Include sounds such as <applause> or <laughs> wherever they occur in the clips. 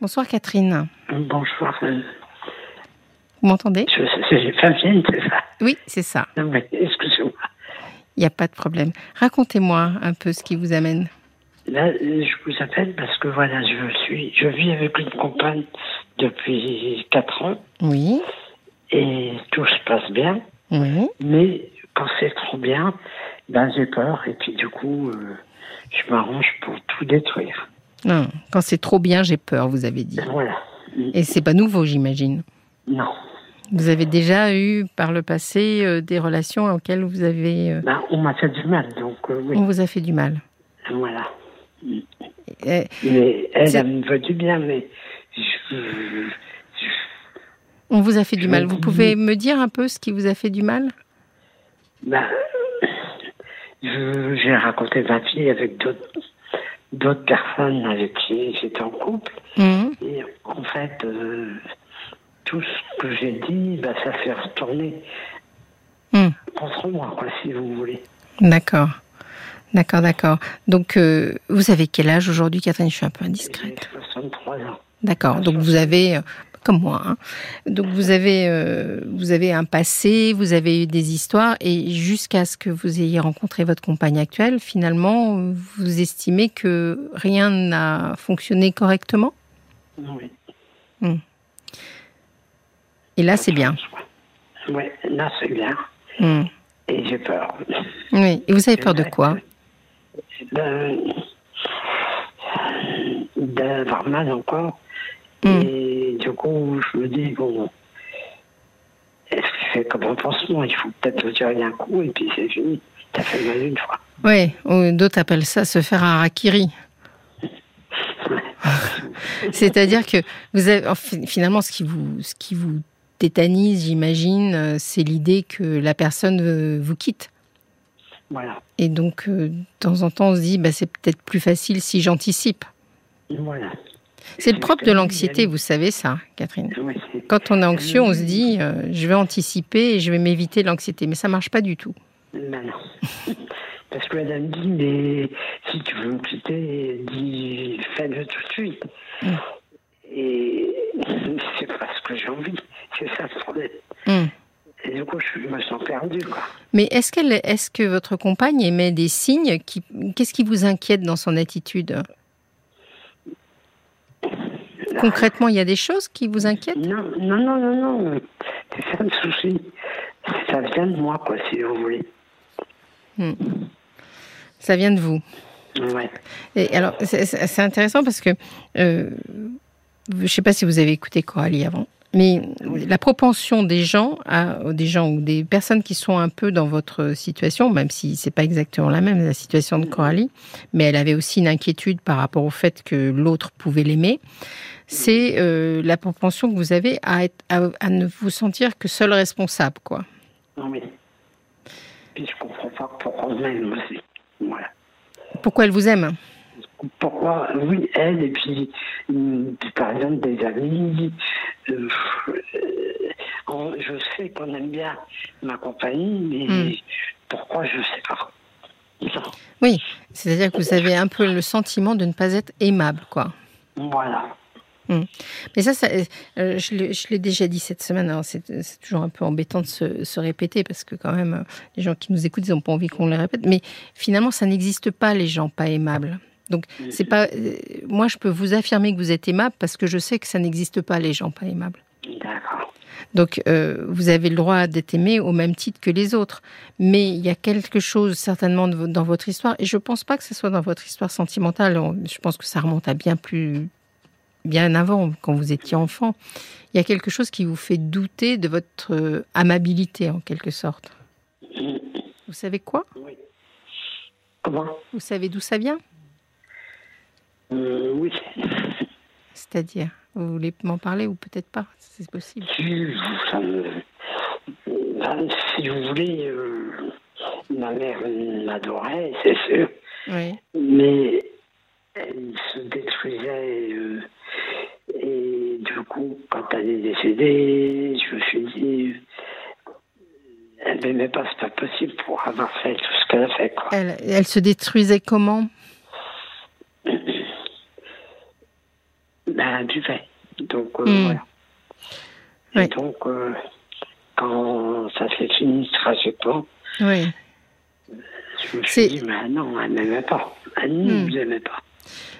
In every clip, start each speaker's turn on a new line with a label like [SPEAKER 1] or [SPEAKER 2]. [SPEAKER 1] Bonsoir Catherine.
[SPEAKER 2] Bonsoir. euh,
[SPEAKER 1] Vous m'entendez
[SPEAKER 2] je- C'est Fabienne, c'est ça
[SPEAKER 1] Oui, c'est ça.
[SPEAKER 2] Non, mais excusez-moi.
[SPEAKER 1] Il n'y a pas de problème. Racontez-moi un peu ce qui vous amène.
[SPEAKER 2] Là, je vous appelle parce que voilà, je suis, je vis avec une compagne depuis quatre ans
[SPEAKER 1] Oui,
[SPEAKER 2] et tout se passe bien.
[SPEAKER 1] oui,
[SPEAKER 2] Mais quand c'est trop bien, ben j'ai peur et puis du coup, euh, je m'arrange pour tout détruire.
[SPEAKER 1] Non, quand c'est trop bien, j'ai peur, vous avez dit.
[SPEAKER 2] Voilà.
[SPEAKER 1] Et c'est pas nouveau, j'imagine.
[SPEAKER 2] Non.
[SPEAKER 1] Vous avez déjà eu par le passé euh, des relations auxquelles vous avez, euh,
[SPEAKER 2] Ben, on m'a fait du mal, donc euh, oui.
[SPEAKER 1] on vous a fait du mal.
[SPEAKER 2] Voilà.
[SPEAKER 1] Eh,
[SPEAKER 2] Mais elle,
[SPEAKER 1] C'est-
[SPEAKER 2] elle me veut du bien, mais je- je-
[SPEAKER 1] on vous a fait du
[SPEAKER 2] Je
[SPEAKER 1] mal.
[SPEAKER 2] me
[SPEAKER 1] Vous
[SPEAKER 2] dis-
[SPEAKER 1] pouvez me dire un peu ce qui vous a fait du mal
[SPEAKER 2] ben, <coughs> je- j'ai raconté ma vie avec d'autres d'autres personnes avec qui j'étais en couple.
[SPEAKER 1] Hum,
[SPEAKER 2] Et en fait, euh, tout ce que j'ai dit, bah, ça s'est retourné
[SPEAKER 1] Hmm.
[SPEAKER 2] contre moi, quoi, si vous voulez.
[SPEAKER 1] D'accord, d'accord, d'accord. Donc, euh, vous avez quel âge aujourd'hui, Catherine Je suis un peu
[SPEAKER 2] J'ai
[SPEAKER 1] indiscrète.
[SPEAKER 2] 63 ans.
[SPEAKER 1] D'accord. Donc vous avez, euh, comme moi, hein. donc vous avez, euh, vous avez un passé, vous avez eu des histoires, et jusqu'à ce que vous ayez rencontré votre compagne actuelle, finalement, euh, vous estimez que rien n'a fonctionné correctement.
[SPEAKER 2] Oui.
[SPEAKER 1] Et là, c'est bien.
[SPEAKER 2] Oui, là, c'est bien.
[SPEAKER 1] Mm.
[SPEAKER 2] Et j'ai peur.
[SPEAKER 1] Oui. Et vous avez peur de quoi
[SPEAKER 2] De- D'avoir mal encore.
[SPEAKER 1] Hmm.
[SPEAKER 2] Et du coup, je me dis, bon, est-ce que c'est comme un pansement Il faut peut-être te tirer un coup et puis c'est fini. T'as fait mal une fois. <laughs>
[SPEAKER 1] Oui. ou D'autres appellent ça se faire un rakiri. C'est-à-dire que vous avez, en fi- finalement, ce qui vous, ce qui vous tétanise, j'imagine, euh, c'est l'idée que la personne euh, vous quitte.
[SPEAKER 2] Voilà.
[SPEAKER 1] Et donc, euh, de temps en temps, on se dit, bah, c'est peut-être plus facile si j'anticipe.
[SPEAKER 2] Voilà.
[SPEAKER 1] C'est le propre de l'anxiété, vous savez ça, Catherine.
[SPEAKER 2] Oui, c'est-
[SPEAKER 1] Quand on est anxieux, on se dit, euh, je vais anticiper et je vais m'éviter l'anxiété. Mais ça marche pas du tout.
[SPEAKER 2] Ben non. <laughs> Parce que la dame dit, mais si tu veux me quitter, dis, fais-le tout de suite.
[SPEAKER 1] Mm.
[SPEAKER 2] Et <laughs> c'est pas ce que j'ai envie. C'est ça le problème.
[SPEAKER 1] Mm.
[SPEAKER 2] Et du coup, je me sens perdu, quoi.
[SPEAKER 1] Mais est-ce qu'elle, est-ce que votre compagne émet des signes qui, qu'est-ce qui vous inquiète dans son attitude Concrètement, il y a des choses qui vous inquiètent
[SPEAKER 2] Non, non, non, non, non. C'est ça le souci. Ça vient de moi, quoi, si vous voulez.
[SPEAKER 1] Ça vient de vous.
[SPEAKER 2] Ouais.
[SPEAKER 1] Et alors, c'est- c'est c'est intéressant parce que euh, je ne sais pas si vous avez écouté Coralie avant, mais la propension des gens, à, des gens ou des personnes qui sont un peu dans votre situation, même si c'est pas exactement la même la situation de Coralie, mais elle avait aussi une inquiétude par rapport au fait que l'autre pouvait l'aimer. C'est euh, la propension que vous avez à, être, à, à ne vous sentir que seul responsable, quoi.
[SPEAKER 2] Non, mais. Puis je comprends pas pourquoi on m'aime aussi. Voilà.
[SPEAKER 1] Pourquoi elle vous aime
[SPEAKER 2] Pourquoi Oui, elle, et puis, hum, puis par exemple des amis. euh, euh, on- je sais qu'on aime bien ma compagnie, mais
[SPEAKER 1] Mm.
[SPEAKER 2] pourquoi je sais pas. Non,
[SPEAKER 1] C'est-à-dire que vous avez un peu le sentiment de ne pas être aimable, quoi.
[SPEAKER 2] Voilà.
[SPEAKER 1] Mais ça, ça, euh, je l'ai- je l'ai déjà dit cette semaine. Alors c'est c'est toujours un peu embêtant de se, se répéter parce que quand même, euh, les gens qui nous écoutent, ils n'ont pas envie qu'on les répète. Mais finalement, ça n'existe pas les gens pas aimables. Donc c'est pas. euh, moi, je peux vous affirmer que vous êtes aimable parce que je sais que ça n'existe pas les gens pas aimables.
[SPEAKER 2] D'accord.
[SPEAKER 1] Donc, euh, vous avez le droit d'être aimé au même titre que les autres. Mais il y a quelque chose certainement de vo- dans votre histoire, et je ne pense pas que ce soit dans votre histoire sentimentale. On- Je pense que ça remonte à bien plus, bien avant, quand vous étiez enfant. Il y a quelque chose qui vous fait douter de votre euh, amabilité, en quelque sorte.
[SPEAKER 2] Mm.
[SPEAKER 1] Vous savez quoi
[SPEAKER 2] Oui. Comment
[SPEAKER 1] Vous savez d'où ça vient
[SPEAKER 2] Euh, Oui.
[SPEAKER 1] C'est-à-dire, vous voulez m'en parler ou peut-être pas C'est possible.
[SPEAKER 2] Si vous, ça me- Ben, si vous voulez, euh, ma mère m'adorait, c'est sûr.
[SPEAKER 1] Oui.
[SPEAKER 2] mais elle se détruisait. euh, et du coup, quand elle est décédée, je me suis dit, euh, elle m'aimait pas, c'est pas possible pour avoir fait tout ce qu'elle a fait, quoi.
[SPEAKER 1] Elle, elle se détruisait comment
[SPEAKER 2] Ben, Alain Duvet. Donc euh,
[SPEAKER 1] Mm.
[SPEAKER 2] voilà.
[SPEAKER 1] Oui.
[SPEAKER 2] Et donc, euh, quand ça s'est fini tragiquement,
[SPEAKER 1] Oui.
[SPEAKER 2] je me
[SPEAKER 1] C'est-
[SPEAKER 2] suis dit, mais non, elle m'aimait pas. Elle ne
[SPEAKER 1] Mm.
[SPEAKER 2] nous aimait pas.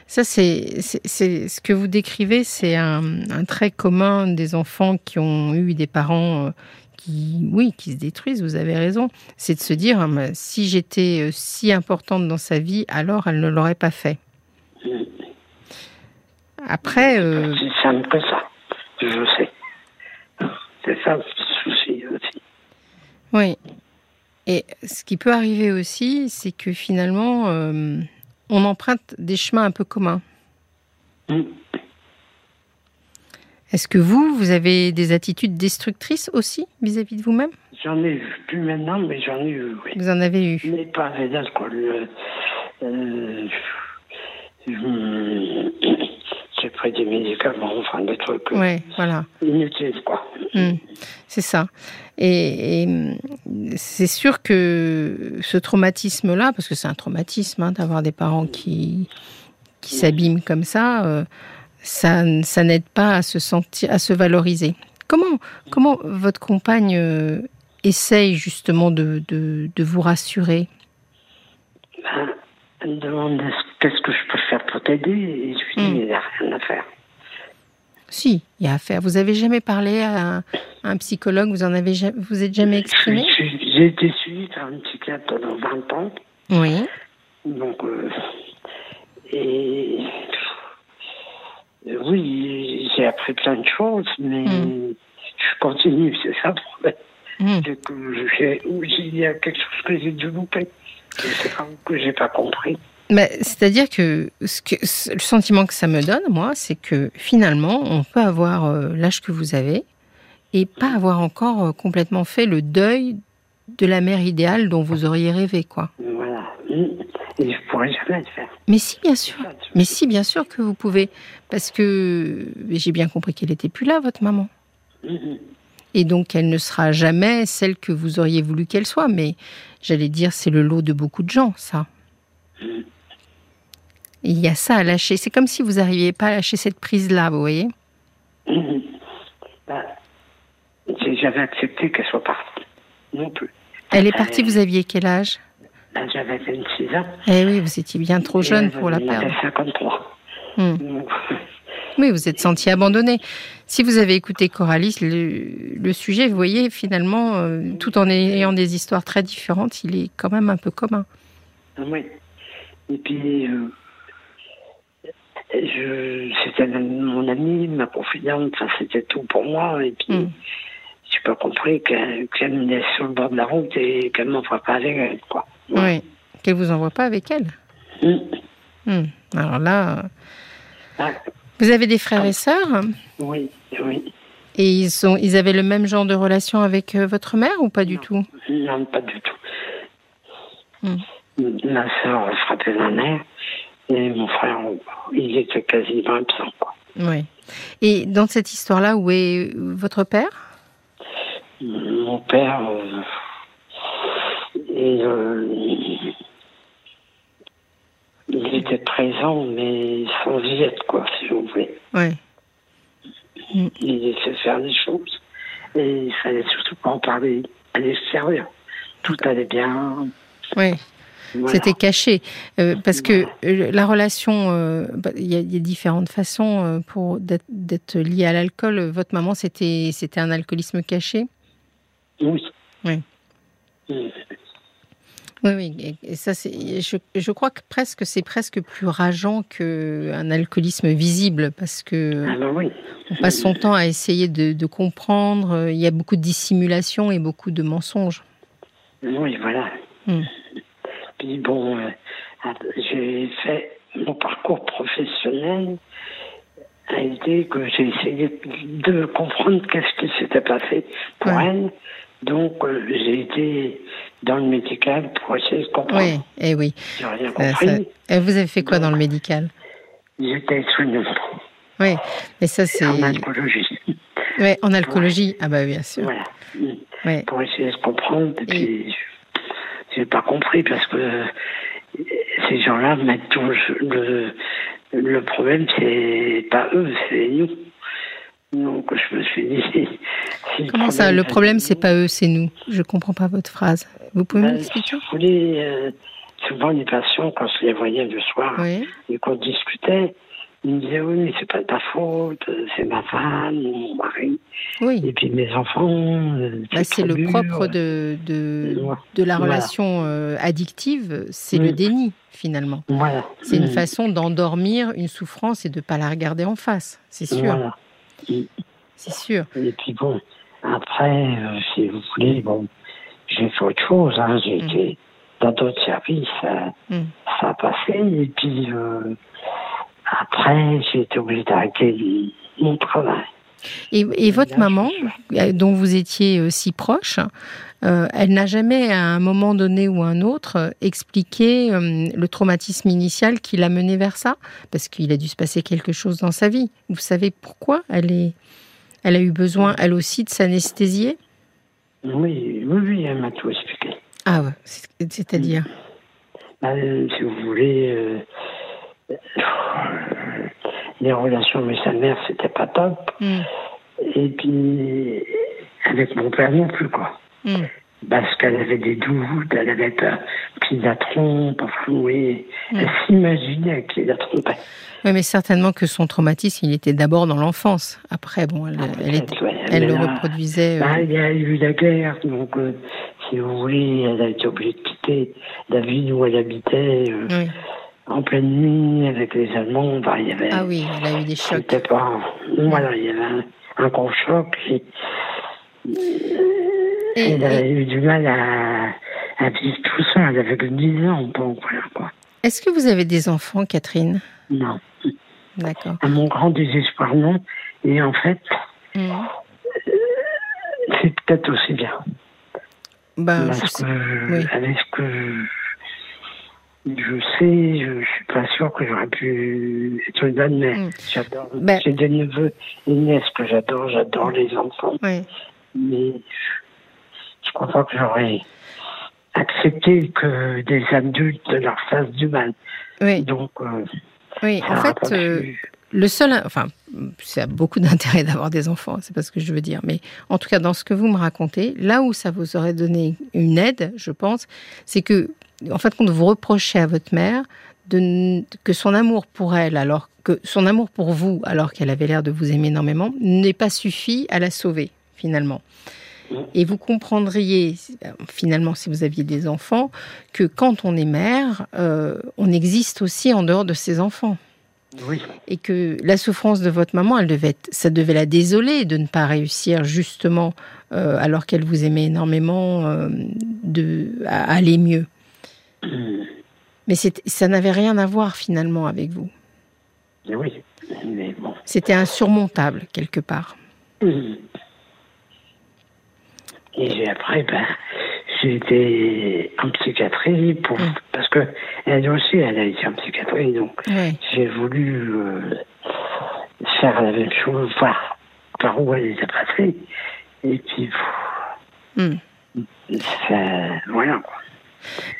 [SPEAKER 1] Ça, c'est c'est- c'est- ce que vous décrivez, c'est un, un trait commun des enfants qui ont eu des parents euh, qui, oui, qui se détruisent. Vous avez raison. C'est de se dire, ah, mais si j'étais euh, si importante dans sa vie, alors elle ne l'aurait pas fait.
[SPEAKER 2] Mm.
[SPEAKER 1] Après, euh,
[SPEAKER 2] C'est simple que ça. Je sais. C'est ça le souci aussi.
[SPEAKER 1] Oui. Et ce qui peut arriver aussi, c'est que finalement, euh, on emprunte des chemins un peu communs.
[SPEAKER 2] Mm.
[SPEAKER 1] Est-ce que vous, vous avez des attitudes destructrices aussi vis-à-vis de vous-même
[SPEAKER 2] J'en ai eu, plus maintenant, mais j'en ai eu, oui.
[SPEAKER 1] Vous en avez eu.
[SPEAKER 2] Mais pas avec l'alcool. euh, euh, je- je- J'ai pris des médicaments, enfin des trucs euh,
[SPEAKER 1] Oui, voilà.
[SPEAKER 2] inutiles, quoi.
[SPEAKER 1] Mm. C'est ça. Et, et, mm, c'est sûr que ce traumatisme-là, parce que c'est un traumatisme hein, d'avoir des parents qui, qui s'abîment comme ça, euh, ça, n- ça n'aide pas à se sentir, à se valoriser. Comment, comment votre compagne euh, essaye justement de, de, de vous rassurer
[SPEAKER 2] Ben, elle me demande est-ce- qu'est-ce que je peux faire pour t'aider et je lui dis
[SPEAKER 1] Mm.
[SPEAKER 2] mais il n'y a rien à faire.
[SPEAKER 1] Si, il y a à faire. Vous avez jamais parlé à un, à un psychologue Vous en avez, ja- vous êtes jamais
[SPEAKER 2] Je suis-
[SPEAKER 1] exprimé
[SPEAKER 2] je suis- J'ai été suivi par un psychiatre pendant 20 ans.
[SPEAKER 1] Oui.
[SPEAKER 2] Donc, euh, et euh, oui, j'ai appris plein de choses, mais
[SPEAKER 1] Mm.
[SPEAKER 2] je continue, c'est ça le problème.
[SPEAKER 1] Mm.
[SPEAKER 2] C'est que je- j'ai- ou il y a quelque chose que j'ai dû louper, que c'est pas- que j'ai pas compris.
[SPEAKER 1] Bah, C'est-à-dire que, ce que ce- le sentiment que ça me donne, moi, c'est que finalement, on peut avoir euh, l'âge que vous avez et pas avoir encore euh, complètement fait le deuil de la mère idéale dont vous auriez rêvé, quoi.
[SPEAKER 2] Voilà. Mm. Et je pourrais jamais le faire.
[SPEAKER 1] Mais si, bien sûr.
[SPEAKER 2] Ça, tu-
[SPEAKER 1] Mais si, bien sûr que vous pouvez. Parce que j'ai bien compris qu'elle n'était plus là, votre maman.
[SPEAKER 2] Mm.
[SPEAKER 1] Et donc, elle ne sera jamais celle que vous auriez voulu qu'elle soit. Mais j'allais dire, c'est le lot de beaucoup de gens, ça. Et Il y a ça à lâcher. C'est comme si vous n'arriviez pas à lâcher cette prise-là, vous voyez
[SPEAKER 2] Mm. Bah, j'ai jamais accepté qu'elle soit partie. Non plus.
[SPEAKER 1] Elle est partie, vous aviez quel âge
[SPEAKER 2] Là, j'avais 26 ans.
[SPEAKER 1] Eh oui, vous étiez bien trop jeune pour la
[SPEAKER 2] Elle avait
[SPEAKER 1] perdre.
[SPEAKER 2] 53.
[SPEAKER 1] Hmm.
[SPEAKER 2] Donc,
[SPEAKER 1] Oui, vous êtes senti abandonné. Si vous avez écouté Coralie, le, le sujet, vous voyez, finalement, euh, tout en ayant des histoires très différentes, il est quand même un peu commun.
[SPEAKER 2] Oui. Et puis, euh, je, c'était la- mon amie, ma confidente, enfin, c'était tout pour moi. Et puis,
[SPEAKER 1] Mm.
[SPEAKER 2] j'ai pas compris qu'elle qu'elle me laisse sur le bord de la route et qu'elle m'envoie pas avec elle, quoi.
[SPEAKER 1] Oui. Qu'elle vous envoie pas avec elle.
[SPEAKER 2] Mm.
[SPEAKER 1] Hmm. Alors là, euh,
[SPEAKER 2] Ah,
[SPEAKER 1] vous avez des frères et sœurs
[SPEAKER 2] oui, oui.
[SPEAKER 1] et ils, sont, ils avaient le même genre de relation avec euh, votre mère ou pas du
[SPEAKER 2] Non.
[SPEAKER 1] tout
[SPEAKER 2] Non, pas du tout.
[SPEAKER 1] Mm.
[SPEAKER 2] Ma soeur frappait ma mère et mon frère, il était quasiment absent, quoi.
[SPEAKER 1] Oui. Et dans cette histoire-là, où est votre père
[SPEAKER 2] Mon père, euh, il, euh, il était présent, mais sans y être, quoi, si vous voulez.
[SPEAKER 1] Oui.
[SPEAKER 2] Il laissait faire des choses. Et il fallait surtout pas en parler à l'extérieur. Tout allait bien.
[SPEAKER 1] Oui.
[SPEAKER 2] voilà.
[SPEAKER 1] C'était caché. Euh, parce que euh, la relation, euh, bah, il y, a- il y a différentes façons euh, pour d'être- d'être lié à l'alcool. Votre maman, c'était c'était un alcoolisme caché.
[SPEAKER 2] Oui.
[SPEAKER 1] Oui.
[SPEAKER 2] Mm.
[SPEAKER 1] Oui, oui. Et, et ça, c'est. Je, je crois que presque c'est presque plus rageant qu'un alcoolisme visible, parce
[SPEAKER 2] Ah
[SPEAKER 1] que
[SPEAKER 2] ben oui.
[SPEAKER 1] on passe son temps à essayer de, de comprendre. Euh, Il y a beaucoup de dissimulation et beaucoup de mensonges.
[SPEAKER 2] Oui, voilà.
[SPEAKER 1] Mm.
[SPEAKER 2] Puis bon, euh, att- j'ai fait mon parcours professionnel a été que j'ai essayé de comprendre qu'est-ce qui s'était passé pour
[SPEAKER 1] Ouais.
[SPEAKER 2] elle. Donc euh, j'ai été dans le médical pour essayer de comprendre.
[SPEAKER 1] Oui. Et eh oui.
[SPEAKER 2] J'ai rien
[SPEAKER 1] Ça-
[SPEAKER 2] compris.
[SPEAKER 1] ça- Et vous avez fait quoi dans le médical
[SPEAKER 2] J'étais soignant
[SPEAKER 1] Oui. Mais ça, c'est.
[SPEAKER 2] en alcoolologie.
[SPEAKER 1] Ouais, en alcoolologie. Ah bah bien sûr.
[SPEAKER 2] Voilà. Mm.
[SPEAKER 1] Ouais.
[SPEAKER 2] pour essayer de comprendre. Et puis, je- j'ai pas compris parce que ces gens-là mettent tout le, le problème, c'est pas eux, c'est nous. Donc, je me suis dit. <laughs>
[SPEAKER 1] Comment
[SPEAKER 2] Si
[SPEAKER 1] problème, ça Le problème, c'est pas eux, c'est nous. Je comprends pas votre phrase. Vous pouvez
[SPEAKER 2] ben,
[SPEAKER 1] m'expliquer
[SPEAKER 2] si vous voulez, euh, souvent les patients, quand je les voyais le soir
[SPEAKER 1] Oui.
[SPEAKER 2] et qu'on discutait, ils me disaient Oui, mais c'est pas de ta faute, c'est ma femme, mon mari,
[SPEAKER 1] Oui.
[SPEAKER 2] et puis mes enfants. euh,
[SPEAKER 1] Bah, c'est
[SPEAKER 2] trop
[SPEAKER 1] le
[SPEAKER 2] dur.
[SPEAKER 1] propre de, de,
[SPEAKER 2] Ouais.
[SPEAKER 1] de la
[SPEAKER 2] Voilà.
[SPEAKER 1] relation euh, addictive, c'est
[SPEAKER 2] Mm.
[SPEAKER 1] le déni finalement.
[SPEAKER 2] Voilà.
[SPEAKER 1] C'est une
[SPEAKER 2] Mm.
[SPEAKER 1] façon d'endormir une souffrance et de ne pas la regarder en face, c'est sûr,
[SPEAKER 2] Voilà.
[SPEAKER 1] c'est sûr.
[SPEAKER 2] Et puis bon, après, euh, si vous voulez, bon, j'ai fait autre chose. Hein. J'ai
[SPEAKER 1] Mm.
[SPEAKER 2] été dans d'autres services, euh,
[SPEAKER 1] Mm.
[SPEAKER 2] ça a passé. Et puis euh, après, j'ai été obligé d'arrêter mon travail.
[SPEAKER 1] Et, et votre
[SPEAKER 2] Là, je
[SPEAKER 1] maman,
[SPEAKER 2] suis-
[SPEAKER 1] euh, dont vous étiez euh, si proche, euh, elle n'a jamais, à un moment donné ou un autre, euh, expliqué euh, le traumatisme initial qui l'a mené vers ça, parce qu'il a dû se passer quelque chose dans sa vie. Vous savez pourquoi elle, est, elle a eu besoin, elle aussi, de s'anesthésier
[SPEAKER 2] Oui, oui, oui, elle m'a tout expliqué.
[SPEAKER 1] Ah ouais, c'est- c'est-à-dire
[SPEAKER 2] Ben, si vous voulez, euh, les relations avec sa mère, c'était pas top.
[SPEAKER 1] Mm,
[SPEAKER 2] Et puis, avec mon père non plus, quoi.
[SPEAKER 1] mm,
[SPEAKER 2] parce qu'elle avait des doutes, elle avait peur qu'il la euh, trompe, enfin oui,
[SPEAKER 1] Mm.
[SPEAKER 2] elle s'imaginait qu'il la trompait.
[SPEAKER 1] Oui, mais certainement que son traumatisme, il était d'abord dans l'enfance. Après, bon, elle, Euh, elle, était-
[SPEAKER 2] Ouais, mais
[SPEAKER 1] elle le
[SPEAKER 2] là,
[SPEAKER 1] reproduisait. euh,
[SPEAKER 2] bah, il y a eu la guerre, donc euh, si vous voulez, elle a été obligée de quitter la ville où elle habitait euh,
[SPEAKER 1] oui.
[SPEAKER 2] en pleine nuit avec les Allemands. Bah, il y avait,
[SPEAKER 1] Ah oui, elle a eu des chocs.
[SPEAKER 2] c'était pas, voilà, il y avait un, un gros choc. Et,
[SPEAKER 1] Et-
[SPEAKER 2] elle
[SPEAKER 1] et
[SPEAKER 2] avait eu du mal à, à vivre tout ça. Elle avait que 10 ans, bon, voilà, quoi.
[SPEAKER 1] Est-ce que vous avez des enfants, Catherine
[SPEAKER 2] Non.
[SPEAKER 1] D'accord.
[SPEAKER 2] à mon grand désespoir, non. Et en fait,
[SPEAKER 1] Mm.
[SPEAKER 2] c'est peut-être aussi bien.
[SPEAKER 1] Ben, je
[SPEAKER 2] Parce
[SPEAKER 1] sais-
[SPEAKER 2] que,
[SPEAKER 1] oui.
[SPEAKER 2] avec ce que je sais, je, je suis pas sûr que j'aurais pu être une bonne mère.
[SPEAKER 1] Mm.
[SPEAKER 2] J'adore,
[SPEAKER 1] Ben-
[SPEAKER 2] j'ai des neveux et nièces que j'adore, j'adore les enfants.
[SPEAKER 1] oui.
[SPEAKER 2] Mais je crois pas que j'aurais accepté que des adultes leur fassent du mal.
[SPEAKER 1] Oui,
[SPEAKER 2] Donc, euh,
[SPEAKER 1] oui.
[SPEAKER 2] ça
[SPEAKER 1] En
[SPEAKER 2] aurait
[SPEAKER 1] fait,
[SPEAKER 2] pas
[SPEAKER 1] euh,
[SPEAKER 2] pu-
[SPEAKER 1] le seul, enfin, ça a beaucoup <laughs> d'intérêt d'avoir des enfants, c'est pas ce que je veux dire, mais en tout cas, dans ce que vous me racontez, là où ça vous aurait donné une aide, je pense, c'est que, en fait, quand vous reprochez à votre mère de, n- que son amour pour elle, alors que son amour pour vous, alors qu'elle avait l'air de vous aimer énormément, n'ait pas suffi à la sauver, finalement. Et vous comprendriez, euh, finalement, si vous aviez des enfants, que quand on est mère, euh, on existe aussi en dehors de ses enfants
[SPEAKER 2] oui.
[SPEAKER 1] et que la souffrance de votre maman, elle devait être- ça devait la désoler de ne pas réussir justement, euh, alors qu'elle vous aimait énormément, euh, de, à à aller mieux.
[SPEAKER 2] Mm.
[SPEAKER 1] Mais c'est- ça n'avait rien à voir finalement avec vous.
[SPEAKER 2] Oui. Mais bon.
[SPEAKER 1] C'était insurmontable quelque part.
[SPEAKER 2] Mhm. Et j'ai- après, ben, j'ai été en psychiatrie pour,
[SPEAKER 1] Mhm.
[SPEAKER 2] parce que elle aussi, elle a été en psychiatrie, donc
[SPEAKER 1] Oui,
[SPEAKER 2] j'ai voulu euh, faire la même chose, voir par où elle était passée. Et puis, pff,
[SPEAKER 1] Mhm.
[SPEAKER 2] ça- voilà. quoi.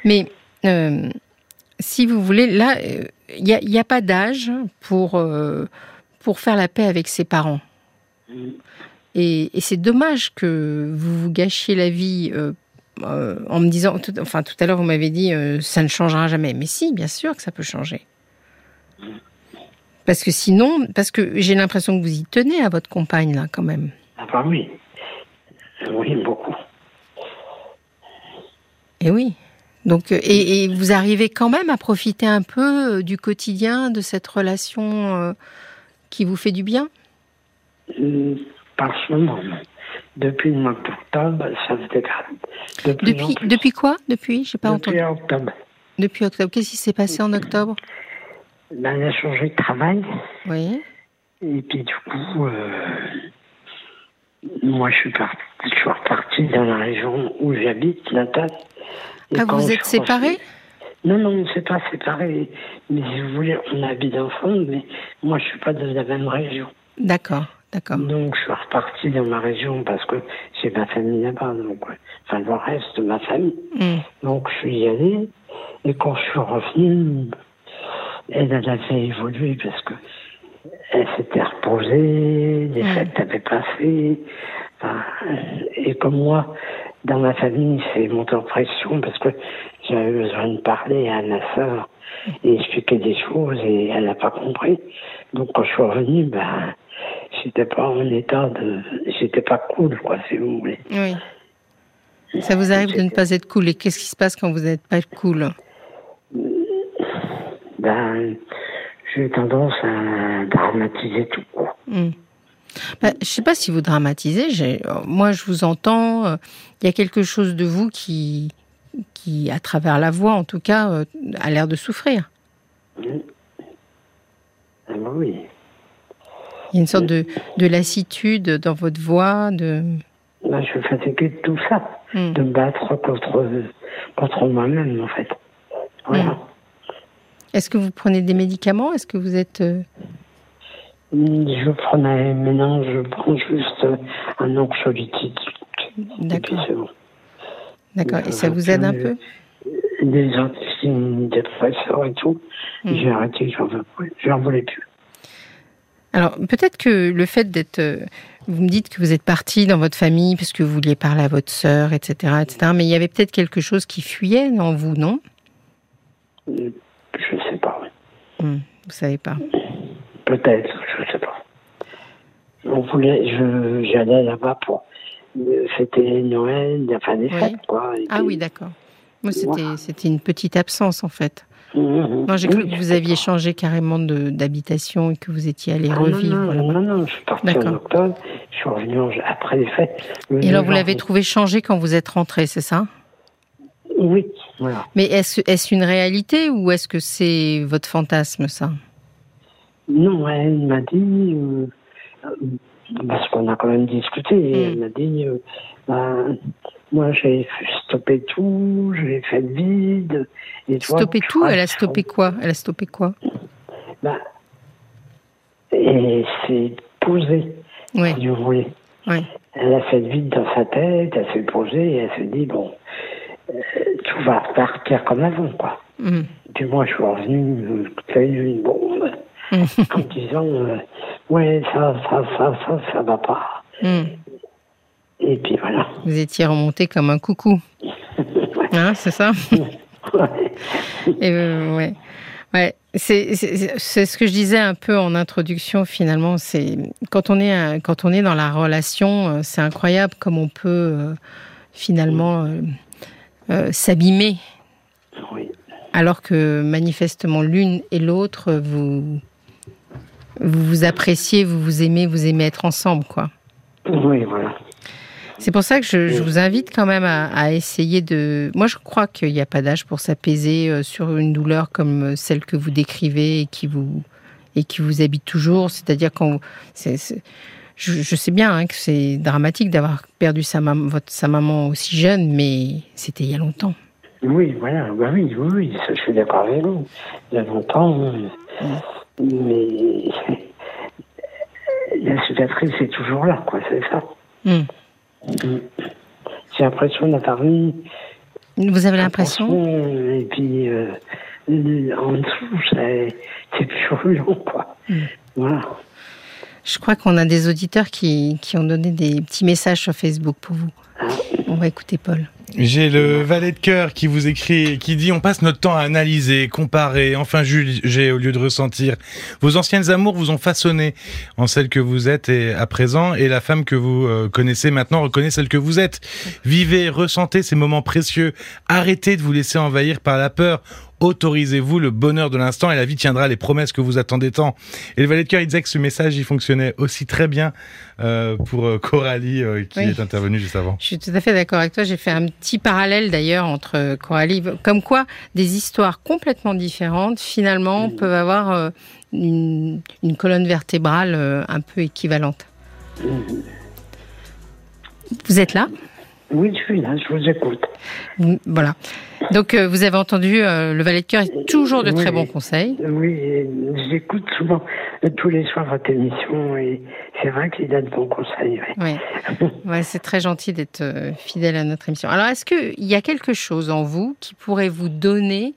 [SPEAKER 1] Mais euh, si vous voulez, là, il n'y a, y a pas d'âge pour, euh, pour faire la paix avec ses parents.
[SPEAKER 2] Mm.
[SPEAKER 1] Et, et c'est dommage que vous vous gâchiez la vie euh, euh, en me disant, tout, enfin tout à l'heure vous m'avez dit euh, ça ne changera jamais. Mais si, bien sûr que ça peut changer. Parce que sinon, parce que j'ai l'impression que vous y tenez à votre compagne là quand même.
[SPEAKER 2] Ah, bah oui. Oui, beaucoup.
[SPEAKER 1] Et Eh oui. Donc, euh, et, et vous arrivez quand même à profiter un peu euh, du quotidien de cette relation euh, qui vous fait du bien.
[SPEAKER 2] Mm, Par ce moment, non. Depuis le mois d'octobre, ça se dégrade. Depuis,
[SPEAKER 1] Depuis, depuis quoi Depuis, j'ai pas
[SPEAKER 2] depuis
[SPEAKER 1] entendu.
[SPEAKER 2] octobre.
[SPEAKER 1] Depuis octobre. Qu'est-ce qui s'est passé en octobre
[SPEAKER 2] Ben, elle a changé de travail.
[SPEAKER 1] Oui.
[SPEAKER 2] Et puis, du coup, euh, moi, je suis, parti, je suis reparti dans la région où j'habite, Natal. Et
[SPEAKER 1] Ah,
[SPEAKER 2] quand
[SPEAKER 1] vous vous
[SPEAKER 2] je
[SPEAKER 1] êtes
[SPEAKER 2] suis
[SPEAKER 1] séparés
[SPEAKER 2] revenu- Non, non, on ne s'est pas séparés. Mais si vous voulez, on habite ensemble, mais moi, je suis pas dans la même région.
[SPEAKER 1] D'accord, d'accord.
[SPEAKER 2] Donc, je suis reparti dans ma région parce que j'ai ma famille là-bas. Donc, euh, enfin, le reste de ma famille.
[SPEAKER 1] Hmm.
[SPEAKER 2] Donc, je suis allé. Et quand je suis revenu, elle, elle a fait évoluer parce que elle s'était reposée, les
[SPEAKER 1] Ouais.
[SPEAKER 2] fêtes avaient passé. Enfin, et comme moi, dans ma famille, c'est monté en pression parce que j'avais besoin de parler à ma soeur et expliquer des choses et elle n'a pas compris. Donc quand je suis revenu, ben, j'étais pas en état de. J'étais pas cool, quoi, si vous voulez.
[SPEAKER 1] Mm. Oui. Ça vous arrive de ne pas être cool. Et qu'est-ce qui se passe quand vous n'êtes pas cool
[SPEAKER 2] Ben, j'ai tendance à dramatiser tout, quoi.
[SPEAKER 1] Hmm. Bah, je ne sais pas si vous dramatisez. j'ai- Moi, je vous entends. euh, Il y a quelque chose de vous qui, qui, à travers la voix, en tout cas, euh, a l'air de souffrir.
[SPEAKER 2] Ah bah oui.
[SPEAKER 1] Il y a une sorte de, de lassitude dans votre voix. De...
[SPEAKER 2] Moi, je suis fatigué de tout ça,
[SPEAKER 1] Hmm.
[SPEAKER 2] de me battre contre, contre moi-même, en fait. Voilà.
[SPEAKER 1] Est-ce que vous prenez des médicaments Est-ce que vous êtes euh,
[SPEAKER 2] Je prenais, maintenant, je prends juste un anxiolytique. Et puis,
[SPEAKER 1] d'accord
[SPEAKER 2] c'est bon.
[SPEAKER 1] D'accord. Et ça vous aide un peu
[SPEAKER 2] Des antidépresseurs et tout.
[SPEAKER 1] Hmm.
[SPEAKER 2] J'ai arrêté, j'en veux plus. J'en voulais plus.
[SPEAKER 1] Alors peut-être que le fait d'être, euh, vous me dites que vous êtes parti dans votre famille parce que vous vouliez parler à votre sœur, etc., etc. Mais il y avait peut-être quelque chose qui fuyait en vous, non
[SPEAKER 2] Je sais pas.
[SPEAKER 1] Hmm. Vous savez pas.
[SPEAKER 2] Peut-être, je sais pas. On voulait, je, j'allais là-bas pour euh, fêter Noël, la fin des
[SPEAKER 1] Oui.
[SPEAKER 2] fêtes, quoi. et
[SPEAKER 1] Ah
[SPEAKER 2] puis-
[SPEAKER 1] oui, d'accord. Moi, c'était c'était une petite absence en fait.
[SPEAKER 2] Mhm.
[SPEAKER 1] Moi, j'ai cru
[SPEAKER 2] Oui,
[SPEAKER 1] que
[SPEAKER 2] je
[SPEAKER 1] vous
[SPEAKER 2] sais
[SPEAKER 1] aviez
[SPEAKER 2] pas.
[SPEAKER 1] changé carrément de- d'habitation et que vous étiez allé
[SPEAKER 2] Ah,
[SPEAKER 1] revivre.
[SPEAKER 2] non, non,
[SPEAKER 1] là-bas.
[SPEAKER 2] non, non, je suis parti en
[SPEAKER 1] D'accord.
[SPEAKER 2] octobre, je suis revenu en- après les fêtes. Le
[SPEAKER 1] Et alors, vous
[SPEAKER 2] novembre.
[SPEAKER 1] l'avez trouvé changé quand vous êtes rentré, c'est ça
[SPEAKER 2] Oui, voilà.
[SPEAKER 1] Mais est-ce est une réalité ou est-ce que c'est votre fantasme, ça
[SPEAKER 2] Non, elle m'a dit, euh, euh, parce qu'on a quand même discuté, et
[SPEAKER 1] Mm.
[SPEAKER 2] elle m'a dit, euh, bah, moi j'ai stoppé tout, j'ai fait le vide. Et toi,
[SPEAKER 1] Stopper
[SPEAKER 2] tu ah,
[SPEAKER 1] tout
[SPEAKER 2] feras
[SPEAKER 1] Elle a
[SPEAKER 2] le
[SPEAKER 1] stoppé quoi Elle a stoppé quoi
[SPEAKER 2] Bah, et c'est posé,
[SPEAKER 1] Oui,
[SPEAKER 2] si vous voulez.
[SPEAKER 1] oui.
[SPEAKER 2] Elle a fait le vide dans sa tête, elle s'est posée et elle s'est dit, bon, euh, tout va repartir comme avant, quoi.
[SPEAKER 1] Mm.
[SPEAKER 2] Et puis moi, je suis revenu, euh, j'ai eu
[SPEAKER 1] <laughs>
[SPEAKER 2] une bombe,
[SPEAKER 1] Mm.
[SPEAKER 2] en me disant, euh, ouais, ça, ça, ça, ça, ça va pas.
[SPEAKER 1] Mm.
[SPEAKER 2] Et puis voilà. <laughs>
[SPEAKER 1] Vous étiez remonté comme un coucou. Hein, c'est ça Et euh, ouais. Ouais, c'est c'est- c'est ce que je disais un peu en introduction finalement. C'est quand on est euh, quand on est dans la relation, euh, c'est incroyable comme on peut euh, finalement euh, euh, s'abîmer,
[SPEAKER 2] oui.
[SPEAKER 1] alors que manifestement l'une et l'autre euh, vous vous vous appréciez, vous vous aimez, vous aimez être ensemble quoi.
[SPEAKER 2] oui, voilà.
[SPEAKER 1] C'est pour ça que je, je vous invite quand même à, à essayer de. Moi, je crois qu'il n'y a pas d'âge pour s'apaiser euh, sur une douleur comme euh, celle que vous décrivez et qui vous et qui vous habite toujours. C'est-à-dire quand vous- c'est- c'est- je, je sais bien hein, que c'est dramatique d'avoir perdu sa maman, votre, sa maman aussi jeune, mais c'était il y a longtemps.
[SPEAKER 2] Oui, voilà. Bah oui, oui, oui, ça, je suis d'accord avec vous. Il y a longtemps, euh, mais <laughs> la cicatrice est toujours là, quoi, c'est ça.
[SPEAKER 1] Hum.
[SPEAKER 2] J'ai l'impression d'avoir mis
[SPEAKER 1] Vous avez
[SPEAKER 2] un
[SPEAKER 1] l'impression
[SPEAKER 2] pansement, Et puis, euh, en dessous, c'est c'est purulent, quoi.
[SPEAKER 1] Mm.
[SPEAKER 2] Voilà.
[SPEAKER 1] Je crois qu'on a des auditeurs qui, qui ont donné des petits messages sur Facebook pour vous. On va écouter Paul.
[SPEAKER 3] J'ai le valet de cœur qui vous écrit, et qui dit on passe notre temps à analyser, comparer, enfin juger au lieu de ressentir. Vos anciennes amours vous ont façonné en celle que vous êtes et à présent, et la femme que vous euh, connaissez maintenant reconnaît celle que vous êtes. Vivez, ressentez ces moments précieux. Arrêtez de vous laisser envahir par la peur. Autorisez-vous le bonheur de l'instant et la vie tiendra les promesses que vous attendez tant. Et le valet de cœur, il disait que ce message, il fonctionnait aussi très bien euh, pour euh, Coralie euh, qui
[SPEAKER 1] Oui.
[SPEAKER 3] est intervenue juste avant.
[SPEAKER 1] Je suis tout à fait d'accord avec toi. J'ai fait un petit parallèle d'ailleurs entre euh, Coralie, comme quoi des histoires complètement différentes finalement peuvent avoir euh, une, une colonne vertébrale euh, un peu équivalente. Vous êtes là
[SPEAKER 2] Oui, je suis là, je vous écoute.
[SPEAKER 1] Mm, Voilà. Donc euh, vous avez entendu, euh, le valet de cœur est toujours de très
[SPEAKER 2] Oui.
[SPEAKER 1] bons conseils.
[SPEAKER 2] Oui, j'écoute souvent euh, tous les soirs votre émission et c'est vrai qu'il a de bons conseils. ouais.
[SPEAKER 1] Ouais. Ouais, c'est très gentil d'être euh, fidèle à notre émission. Alors, est-ce qu'il y a quelque chose en vous qui pourrait vous donner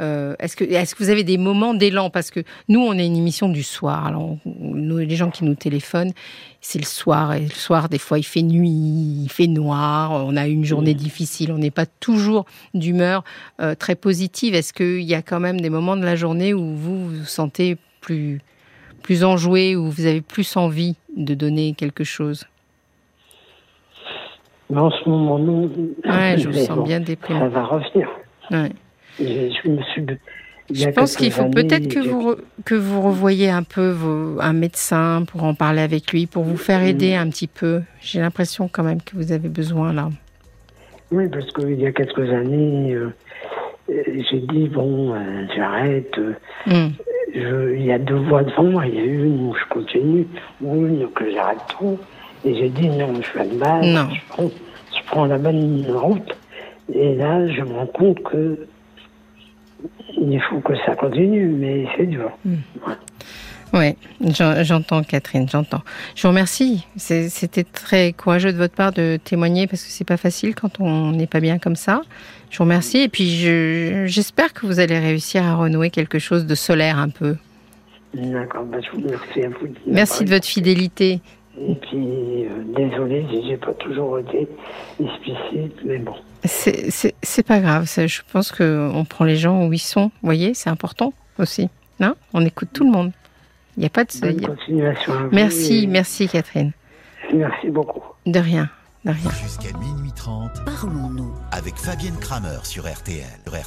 [SPEAKER 1] euh, Est-ce que, est que vous avez des moments d'élan Parce que nous, on est une émission du soir. Alors, on- nous, les gens qui nous téléphonent, c'est le soir. Et le soir, des fois, il fait nuit, il fait noir, on a eu une journée difficile, on n'est pas toujours d'humeur euh, très positive. Est-ce qu'il y a quand même des moments de la journée où vous vous sentez plus, plus enjoué, où vous avez plus envie de donner quelque chose
[SPEAKER 2] <laughs> Mais en ce moment, non. <laughs>
[SPEAKER 1] Ouais, je vous
[SPEAKER 2] Mais
[SPEAKER 1] sens
[SPEAKER 2] bon,
[SPEAKER 1] bien
[SPEAKER 2] Ça
[SPEAKER 1] déprimé.
[SPEAKER 2] va revenir.
[SPEAKER 1] Ouais.
[SPEAKER 2] Je, je me suis- il y
[SPEAKER 1] Je
[SPEAKER 2] a
[SPEAKER 1] pense qu'il
[SPEAKER 2] quelques
[SPEAKER 1] faut peut-être
[SPEAKER 2] années,
[SPEAKER 1] que
[SPEAKER 2] j'ai-
[SPEAKER 1] vous, re- que vous revoyez un peu vos- un médecin pour en parler avec lui, pour vous faire aider
[SPEAKER 2] Mm.
[SPEAKER 1] un petit peu. J'ai l'impression quand même que vous avez besoin là.
[SPEAKER 2] Oui, parce qu'il y a quelques années, euh, euh, j'ai dit, bon, euh, j'arrête. euh,
[SPEAKER 1] Hum.
[SPEAKER 2] je- il y a deux voies devant moi. Il y a une où je continue, ou une que j'arrête trop. Et j'ai dit, non, je fais de mal.
[SPEAKER 1] Non.
[SPEAKER 2] Je, prends, je prends la bonne route. Et là, je me rends compte que il faut que ça continue, mais c'est dur.
[SPEAKER 1] Oui, j'entends Catherine, j'entends. Je vous remercie. C'est- C'était très courageux de votre part de témoigner parce que c'est pas facile quand on n'est pas bien comme ça. Je vous remercie et puis je- j'espère que vous allez réussir à renouer quelque chose de solaire un peu.
[SPEAKER 2] Ah D'accord, bah, je vous remercie à vous.
[SPEAKER 1] Merci
[SPEAKER 2] bah,
[SPEAKER 1] de votre fidélité.
[SPEAKER 2] Et puis, euh, désolé si j'ai pas toujours été explicite, mais bon.
[SPEAKER 1] C'est- C'est c'est pas grave. c'est- Je pense que on prend les gens où ils sont. Vous voyez, c'est important aussi. Non on écoute tout le monde. Il n'y a pas de.
[SPEAKER 2] Bonne
[SPEAKER 1] il y a-
[SPEAKER 2] continuation à vous.
[SPEAKER 1] Merci,
[SPEAKER 2] et
[SPEAKER 1] merci Catherine.
[SPEAKER 2] Merci beaucoup.
[SPEAKER 1] De rien, de rien.
[SPEAKER 4] Jusqu'à minuit 30
[SPEAKER 5] Parlons-nous
[SPEAKER 4] avec Fabienne Kramer sur RTL. Sur RTL.